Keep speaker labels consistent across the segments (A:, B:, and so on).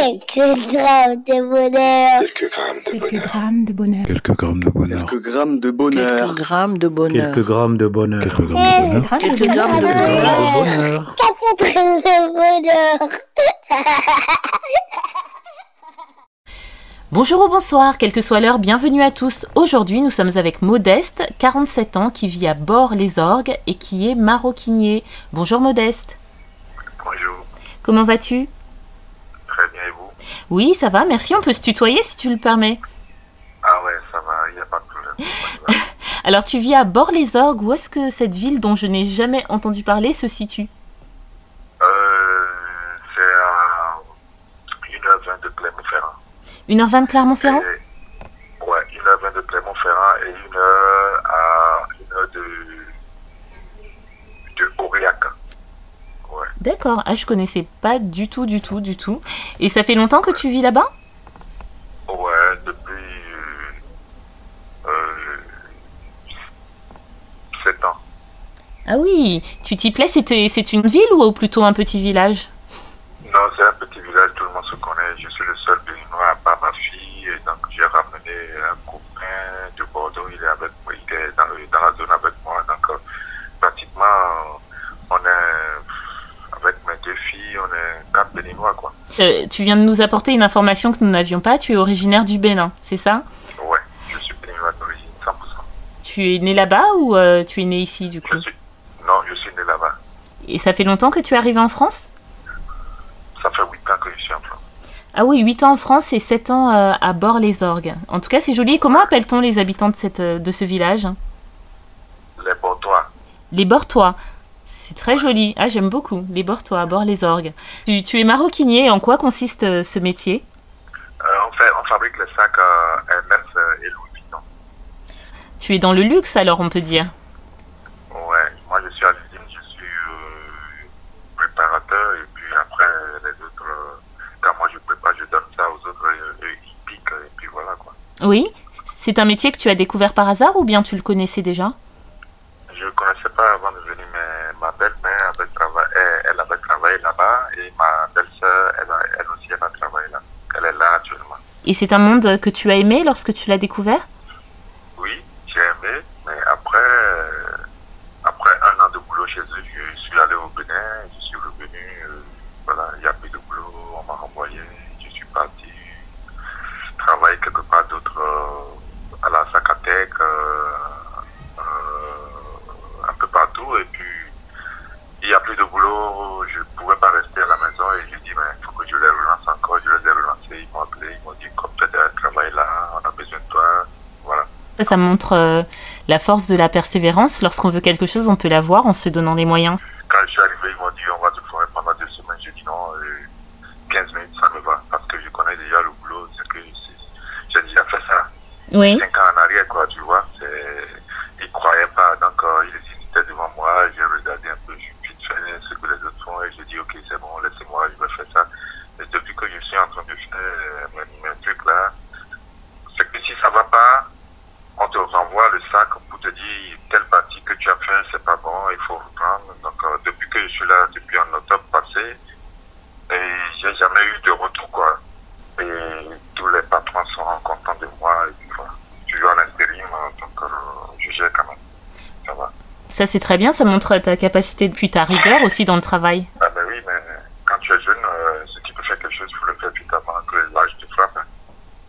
A: Quelques grammes de bonheur.
B: Quelques grammes de
C: Quelques
B: bonheur.
C: grammes de bonheur.
D: Quelques grammes de bonheur.
E: Quelques grammes de
F: Quelques
E: bonheur.
F: grammes de bonheur.
G: Quelques grammes de bonheur.
D: Quelques grammes de bonheur.
C: Quelques
F: Quelques
C: grammes
F: grammes
C: de
F: de
C: bonheur.
G: bonheur.
A: Quatre grammes de bonheur.
H: Bonjour ou bonsoir, quelle que soit l'heure, bienvenue à tous. Aujourd'hui, nous sommes avec Modeste, 47 ans, qui vit à Bord-les-Orgues et qui est maroquinier. Bonjour Modeste,
B: Bonjour.
H: comment vas-tu
B: Très bien, et vous
H: Oui, ça va, merci, on peut se tutoyer si tu le permets.
B: Ah ouais, ça va, il n'y a pas de problème.
H: Alors, tu vis à Bord-les-Orgues, où est-ce que cette ville dont je n'ai jamais entendu parler se situe
B: Euh, c'est à 1h20 de Clermont-Ferrand.
H: 1h20 de Clermont-Ferrand
B: Et- Ouais, 1h20 de Clermont-Ferrand et 1h à 1h de, de Aurillac. Ouais,
H: D'accord, ah, je connaissais pas du tout, du tout, du tout. Et ça fait longtemps que tu vis là-bas
B: ouais, depuis euh, euh, 7 ans.
H: Ah oui, tu t'y plais, c'était- c'est une ville ou plutôt un petit village
B: Non, c'est un petit village, tout le monde se connaît. Je suis le seul béninois à part ma fille. Et donc, j'ai ramené un copain de Bordeaux. Il est avec moi, il est dans, dans la zone avec moi. Donc, euh, pratiquement, on est avec mes deux filles, on est quatre béninois, quoi.
H: Euh, tu viens de nous apporter une information que nous n'avions pas. Tu es originaire du Bénin, c'est ça
B: Ouais, je suis béninois d'origine, 100%.
H: Tu es né là-bas ou euh, tu es né ici du coup
B: Je suis... Non, je suis né là-bas.
H: Et ça fait longtemps que tu es arrivé en France
B: Ça fait huit ans que je suis en France.
H: Ah oui, 8 ans en France et 7 ans euh, à Bord-les-Orgues. En tout cas, c'est joli. Comment appelle-t-on les habitants de, cette, euh, de ce village
B: Les Bordeaux,
H: Les Bortois. C'est très joli. Ah, j'aime beaucoup. Les Bortois, à Bord-les-Orgues. Tu, tu es maroquinier. En quoi consiste euh, ce métier
B: euh, on, fait, on fabrique les sacs euh, Hermès euh, et Louis Vuitton.
H: Tu es dans le luxe alors, on peut dire.
B: Ouais, moi je suis à l'usine, je suis euh, préparateur et puis après euh, les autres, euh, quand moi je prépare, je donne ça aux autres, euh, eux ils piquent et puis voilà quoi.
H: Oui C'est un métier que tu as découvert par hasard ou bien tu le connaissais déjà
B: Je ne connaissais pas avant de venir, mais ma belle-mère avait trava- elle, elle avait travaillé là-bas et ma belle-sœur, elle, a- elle aussi elle a travaillé là. Elle est là actuellement.
H: Et c'est un monde que tu as aimé lorsque tu l'as découvert
B: Oui, j'ai aimé, mais après, euh, après un an de boulot chez eux, je suis allé au Bénin, je suis revenu, euh, voilà, il n'y a plus de boulot, on m'a renvoyé, je suis parti travailler quelque part d'autre euh, à la Zacatec, euh, euh, un peu partout, et puis il n'y a plus de boulot, je ne pouvais pas rester à la maison, et j'ai dit, mais il faut que je les relance encore, je les ai relancés, ils m'ont appelé, ils m'ont dit, comme tu as travaillé là, on a besoin de toi, voilà.
H: Ça, Ça montre euh, la force de la persévérance. Lorsqu'on veut quelque chose, on peut l'avoir en se donnant les moyens.
B: Quand je suis arrivé, ils m'ont dit on va te former pendant deux semaines. J'ai dit non, euh, 15 minutes ça me va parce que je connais déjà le boulot. C'est que c'est- j'ai déjà fait ça.
H: Oui.
B: Cinq ans en arrière, quoi, tu vois. c'est- Ils croyaient pas. Donc, euh, ils hésitaient devant moi. J'ai regardé un peu j'ai vite fait ce que les autres font et j'ai dit ok, c'est bon, laissez-moi, je vais faire ça. Et depuis que je suis en train de faire euh, mes- mes trucs là, c'est que si ça va pas, on te renvoie le sac pour te dire telle partie que tu as fait, c'est pas bon, il faut reprendre. Donc euh, depuis que je suis là, depuis en octobre passé, et j'ai jamais eu de retour quoi. Et tous les patrons sont contents de moi. Et puis, voilà. Je joue à l'intérim, euh, donc euh, je gère quand même. Ça va.
H: Ça, c'est très bien. Ça montre ta capacité, puis ta rigueur aussi dans le travail.
B: Ah ben oui, mais quand tu es jeune, euh, si tu peux faire quelque chose, il faut le faire plus tard avant que l'âge te frappe. hein.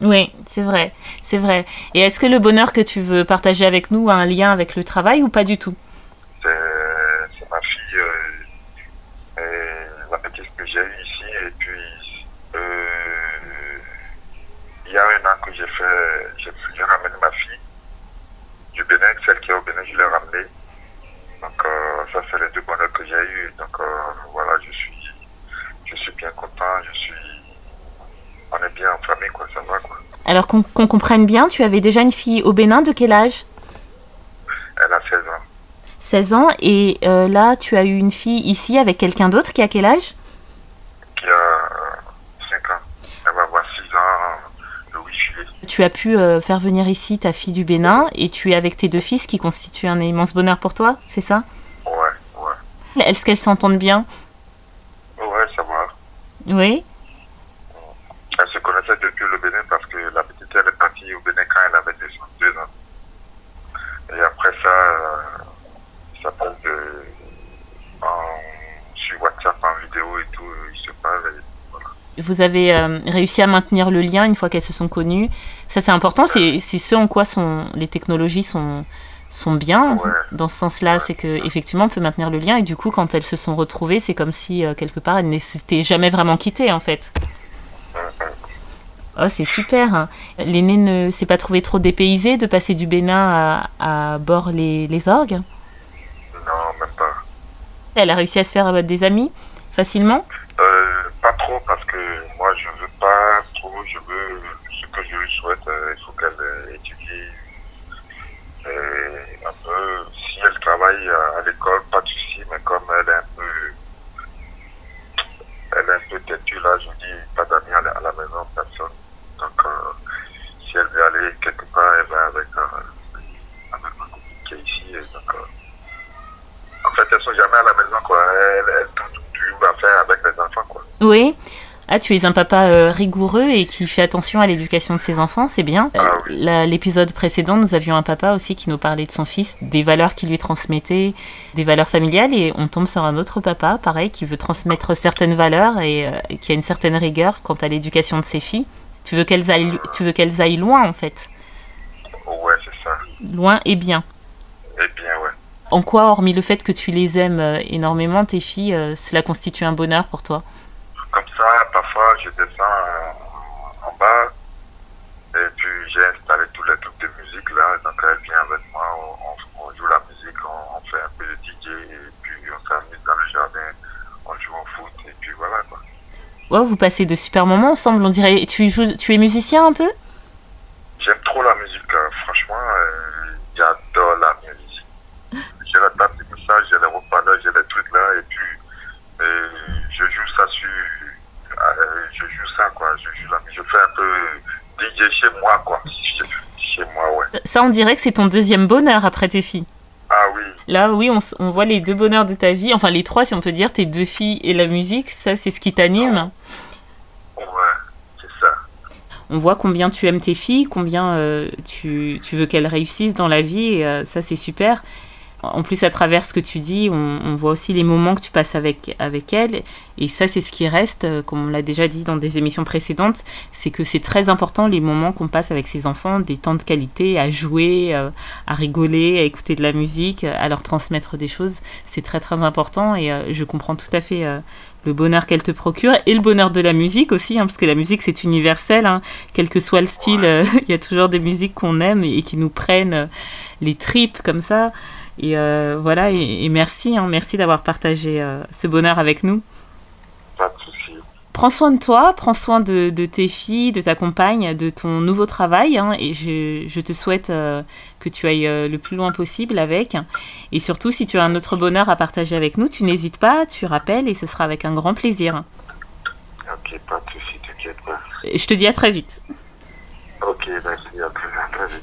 H: Oui, c'est vrai. C'est vrai. Et est-ce que le bonheur que tu veux partager avec nous a un lien avec le travail ou pas du tout
B: C'est c'est ma fille, euh, euh, la bêtise que j'ai eue ici. Et puis, euh, il y a un an que j'ai fait, j'ai j'ai ramené ma fille du Bénin, celle qui est au Bénin, je l'ai ramenée. Donc, euh, ça, c'est les deux bonheurs que j'ai eus. Donc, euh, voilà, je suis, je suis bien content, je suis, on est bien en famille, quoi, ça va, quoi.
H: Alors qu'on qu'on comprenne bien, tu avais déjà une fille au Bénin de quel âge
B: Elle a 16 ans.
H: 16 ans. Et euh, là, tu as eu une fille ici avec quelqu'un d'autre qui a quel âge
B: qui a 5 ans. Elle va avoir 6 ans euh, le 8 juillet.
H: Tu as pu euh, faire venir ici ta fille du Bénin et tu es avec tes deux fils qui constituent un immense bonheur pour toi, c'est ça
B: Ouais, ouais.
H: Est-ce qu'elles s'entendent bien
B: Ouais, ça va.
H: Oui.
B: déplacée depuis le Bénin parce que la petite, elle est partie au Bénin quand elle avait deux, deux ans. Et après ça, euh, ça parle de. En, sur WhatsApp, en vidéo et tout, ils se parlent. et voilà.
H: Vous avez euh, réussi à maintenir le lien une fois qu'elles se sont connues. Ça, c'est important. C'est c'est ce en quoi sont, les technologies sont, sont bien.
B: Ouais.
H: Dans ce sens-là, c'est que effectivement, on peut maintenir le lien. Et du coup, quand elles se sont retrouvées, c'est comme si, euh, quelque part, elles ne s'étaient jamais vraiment quittées, en fait.
B: euh,
H: Oh, c'est super. hein. L'aînée ne s'est pas trouvée trop dépaysée de passer du Bénin à, à bord les, les orgues.
B: Non, même pas.
H: Elle a réussi à se faire euh, des amis facilement.
B: Euh, pas trop parce que moi je veux pas trop, je veux ce que je lui souhaite, euh, il faut qu'elle euh, étudie euh, un peu. Si elle travaille à, à l'école, pas de souci, mais comme elle est un peu elle est un peu têtue là, je dis pas d'amis à, la- à la maison, personne. Donc euh, si elle veut aller quelque part, elle va avec, euh, avec ma copine qui est ici. Et donc, euh, en fait, elles sont jamais à la maison, quoi. Elles, elles tout, tout à faire avec les enfants, quoi.
H: Oui. Ah, tu es un papa euh, rigoureux et qui fait attention à l'éducation de ses enfants, c'est bien. Euh,
B: Ah
H: la- L'épisode précédent, nous avions un papa aussi qui nous parlait de son fils, des valeurs qu'il lui transmettait, des valeurs familiales, et on tombe sur un autre papa, pareil, qui veut transmettre certaines valeurs et euh, qui a une certaine rigueur quant à l'éducation de ses filles. Tu veux qu'elles aillent, tu veux qu'elles aillent loin en fait,
B: Ouais, c'est ça.
H: loin et bien.
B: Eh bien, ouais.
H: En quoi, hormis le fait que tu les aimes euh, énormément, tes filles, euh, cela constitue un bonheur pour toi
B: Comme ça, parfois, je descends euh, en bas et puis j'ai installé tous les trucs de musique là. Donc, elle vient avec moi, on, on- on joue la musique, on, on fait un peu de DJ et puis on s'amuse dans le jardin, on joue au foot et puis voilà quoi.
H: Ouais, vous passez de super moments ensemble, on dirait. Tu joues, tu es musicien un peu
B: J'aime trop la musique, hein. franchement, euh, j'adore la musique. J'ai la table de message, j'ai les haut-parleurs, j'ai les trucs là, et puis euh, je joue ça sur. euh, je joue ça, quoi. Je joue la musique. Je fais un peu DJ chez moi, quoi. Chez, chez moi, ouais.
H: Ça, on dirait que c'est ton deuxième bonheur après tes filles.
B: Ah oui,
H: Là, oui, on, s- on voit les deux bonheurs de ta vie, enfin les trois, si on peut dire, tes deux filles et la musique, ça, c'est ce qui t'anime.
B: ouais, c'est ça.
H: On voit combien tu aimes tes filles, combien euh, tu, tu veux qu'elles réussissent dans la vie, et, euh, ça, c'est super. En plus, à travers ce que tu dis, on, on voit aussi les moments que tu passes avec, avec elles. Et ça, c'est ce qui reste, euh, comme on l'a déjà dit dans des émissions précédentes, c'est que c'est très important les moments qu'on passe avec ses enfants, des temps de qualité, à jouer, euh, à rigoler, à écouter de la musique, euh, à leur transmettre des choses. C'est très très important et euh, je comprends tout à fait euh, le bonheur qu'elle te procure et le bonheur de la musique aussi, hein, parce que la musique c'est universel, hein. quel que soit le style, euh, il y a toujours des musiques qu'on aime et, et qui nous prennent euh, les tripes comme ça. Et euh, voilà, et, et merci, hein, merci d'avoir partagé euh, ce bonheur avec nous.
B: Pas de soucis.
H: Prends soin de toi, prends soin de, de tes filles, de ta compagne, de ton nouveau travail. hein, et je, je te souhaite euh, que tu ailles euh, le plus loin possible avec. Et surtout, si tu as un autre bonheur à partager avec nous, tu n'hésites pas, tu rappelles et ce sera avec un grand plaisir.
B: Ok, pas de soucis, t'inquiète pas.
H: Et Je te dis à très vite.
B: Ok, merci, à très, à très vite.